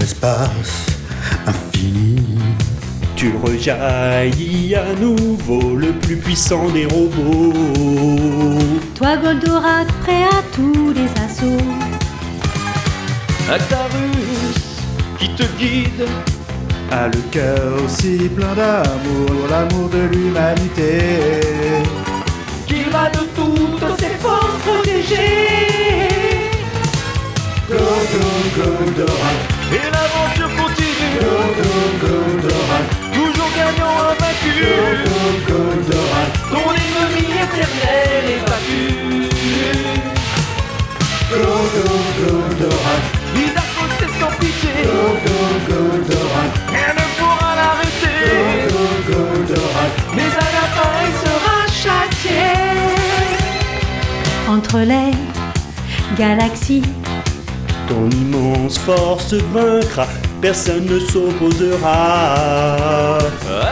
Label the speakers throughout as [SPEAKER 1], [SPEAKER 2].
[SPEAKER 1] l'espace infini. Tu rejaillis à nouveau, le plus puissant des robots.
[SPEAKER 2] Toi Goldorak, prêt à tous les assauts.
[SPEAKER 3] Actarus qui te guide
[SPEAKER 1] A le cœur aussi plein d'amour, l'amour de l'humanité.
[SPEAKER 3] Qui va de toutes ses forces protégées
[SPEAKER 1] Go, go, Goldorak,
[SPEAKER 3] Et l'aventure continue
[SPEAKER 1] go, go, Goldorak,
[SPEAKER 3] Toujours gagnant invaincu
[SPEAKER 1] go, Goldorak,
[SPEAKER 3] Ton ennemi éternel est battu
[SPEAKER 1] go, go, Goldorak,
[SPEAKER 3] Il a posté sans pitié
[SPEAKER 1] go, go, Goldorak,
[SPEAKER 3] Rien ne pourra l'arrêter
[SPEAKER 1] go, Goldorak,
[SPEAKER 3] Mais à la fin il sera châtié
[SPEAKER 2] Entre les galaxies,
[SPEAKER 1] Ton immense force vaincra, personne ne s'opposera.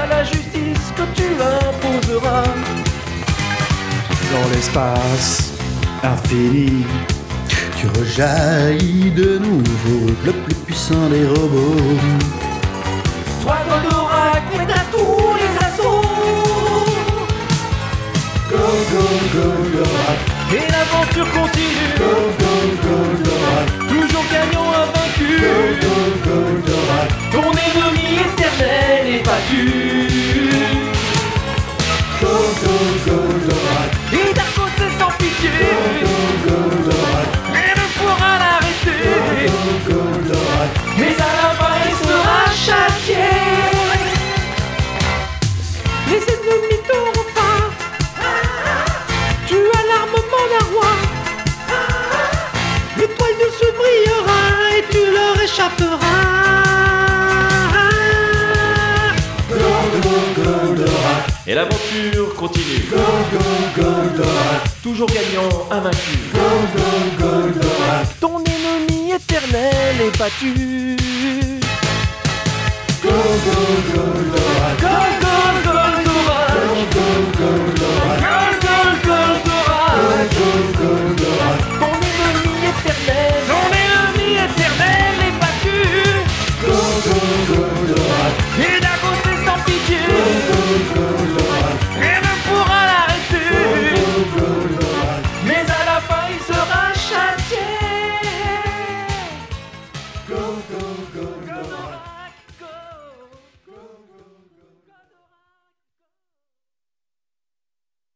[SPEAKER 3] À la justice que tu imposeras
[SPEAKER 1] Dans l'espace infini, tu rejaillis de nouveau, le plus puissant des robots.
[SPEAKER 3] Toi Goldorak, prête à tous les assauts
[SPEAKER 1] Go, go, Goldorak,
[SPEAKER 3] Et l'aventure continue
[SPEAKER 1] go, go, Goldorak,
[SPEAKER 3] Toujours gagnant invaincu
[SPEAKER 1] go, Goldorak,
[SPEAKER 3] Ton ennemi éternel est battu
[SPEAKER 1] go, go, Goldorak,
[SPEAKER 3] Et Darko c'est sans pitié
[SPEAKER 1] go, Goldorak,
[SPEAKER 3] Rien ne pourra l'arrêter
[SPEAKER 1] go, Goldorak.
[SPEAKER 3] Mais à la fin il sera châtié Les ennemis t'auront pas Tu as l'armement d'un roi L'étoile de ce brillera et tu leur échapperas
[SPEAKER 1] Go, go, Goldorak,
[SPEAKER 3] Et l'aventure continue
[SPEAKER 1] go, go, Goldorak,
[SPEAKER 3] Toujours gagnant, invaincu
[SPEAKER 1] go, go, Goldorak,
[SPEAKER 3] Ton ennemi éternel est battu
[SPEAKER 1] go, go, Goldorak,
[SPEAKER 3] Gol, gol, gol,
[SPEAKER 1] go, go, Goldorak.
[SPEAKER 3] Gol,